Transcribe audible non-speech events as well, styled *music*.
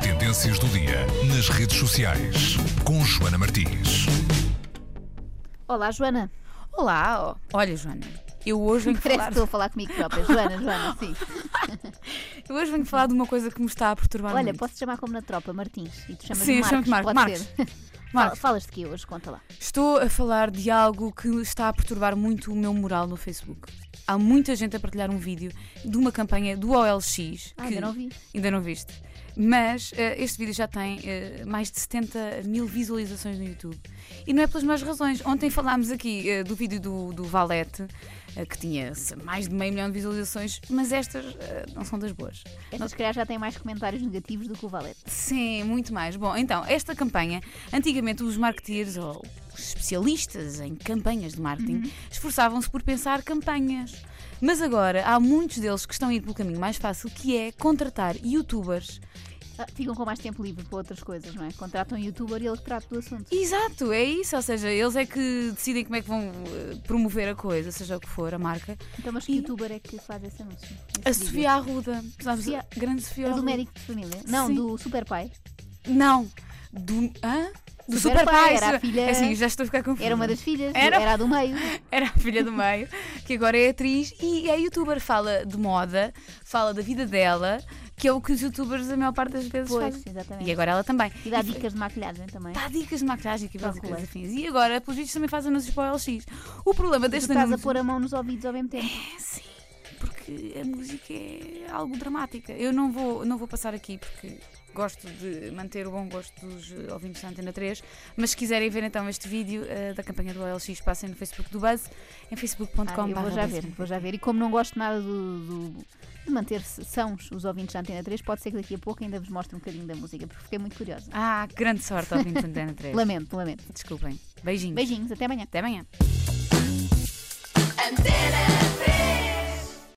tendências do dia nas redes sociais com Joana Martins. Olá, Joana. Olá, ó. olha Joana, eu hoje venho Parece que falar, estou a falar comigo própria. Joana, Joana, *laughs* sim. eu hoje venho falar de uma coisa que me está a perturbar Olha, muito. posso te chamar como na tropa, Martins. E tu chamas Sim, eu Marcos, chamo-te Marcos. pode Marcos. ser. *laughs* Fala- Marcos, Falas de que hoje? Conta lá. estou a falar de algo que está a perturbar muito o meu moral no Facebook. Há muita gente a partilhar um vídeo de uma campanha do OLX Ah, que ainda não vi. ainda não viste. Mas eh, este vídeo já tem eh, mais de 70 mil visualizações no YouTube. E não é pelas más razões. Ontem falámos aqui eh, do vídeo do, do Valete, eh, que tinha mais de meio milhão de visualizações, mas estas eh, não são das boas. Estas, se calhar, já têm mais comentários negativos do que o Valete. Sim, muito mais. Bom, então, esta campanha, antigamente os marketeers ou os especialistas em campanhas de Uhum. marketing esforçavam-se por pensar campanhas. Mas agora há muitos deles que estão a ir pelo caminho mais fácil, que é contratar youtubers. Ah, ficam com mais tempo livre para outras coisas, não é? Contratam um youtuber e ele que trata do assunto. Exato, é isso. Ou seja, eles é que decidem como é que vão eh, promover a coisa, seja o que for, a marca. Então, mas que E- youtuber é que faz esse anúncio? A Esse vídeo? Sofia Arruda, sabes? Sofia- A grande Sofia É do Arruda. médico de família? Não, Sim. do Super Pai. Não, do. Hã? Do Super Super Pai, Pai. era a Su- filha- É assim, já estou a ficar confusa. Era uma das filhas, Era? era a do meio. Era a filha do meio, que agora é atriz e é youtuber. Fala de moda, fala da vida dela, que é o que os youtubers a maior parte das vezes Pois, fazem. exatamente. E Tá, agora ela também. E dá dicas de maquilhagem também. Dá dicas de maquiagem que faz Calculei. coisas afins. E agora, pelos vídeos, também faz anúncios para o LX. O problema Tu deste estás a anúncio- pôr a mão nos ouvidos ao mesmo tempo. É, sim, porque a música é algo dramática. Eu não vou, não vou passar aqui porque gosto de manter o bom gosto dos eh, ouvintes da Antena 3, mas se quiserem ver então este vídeo eh, da campanha do OLX, passem no Facebook do Buzz, em Ah, eu facebook.com. vou já ver, vou já ver. E como não gosto nada do, do- de manter-se sãos os ouvintes da Antena 3, pode ser que daqui a pouco ainda vos mostre um bocadinho da música, porque fiquei muito curiosa. Ah, grande sorte, ouvintes da Antena 3. Lamento, lamento. Desculpem. Beijinhos. Beijinhos, até amanhã. Até amanhã. Antenna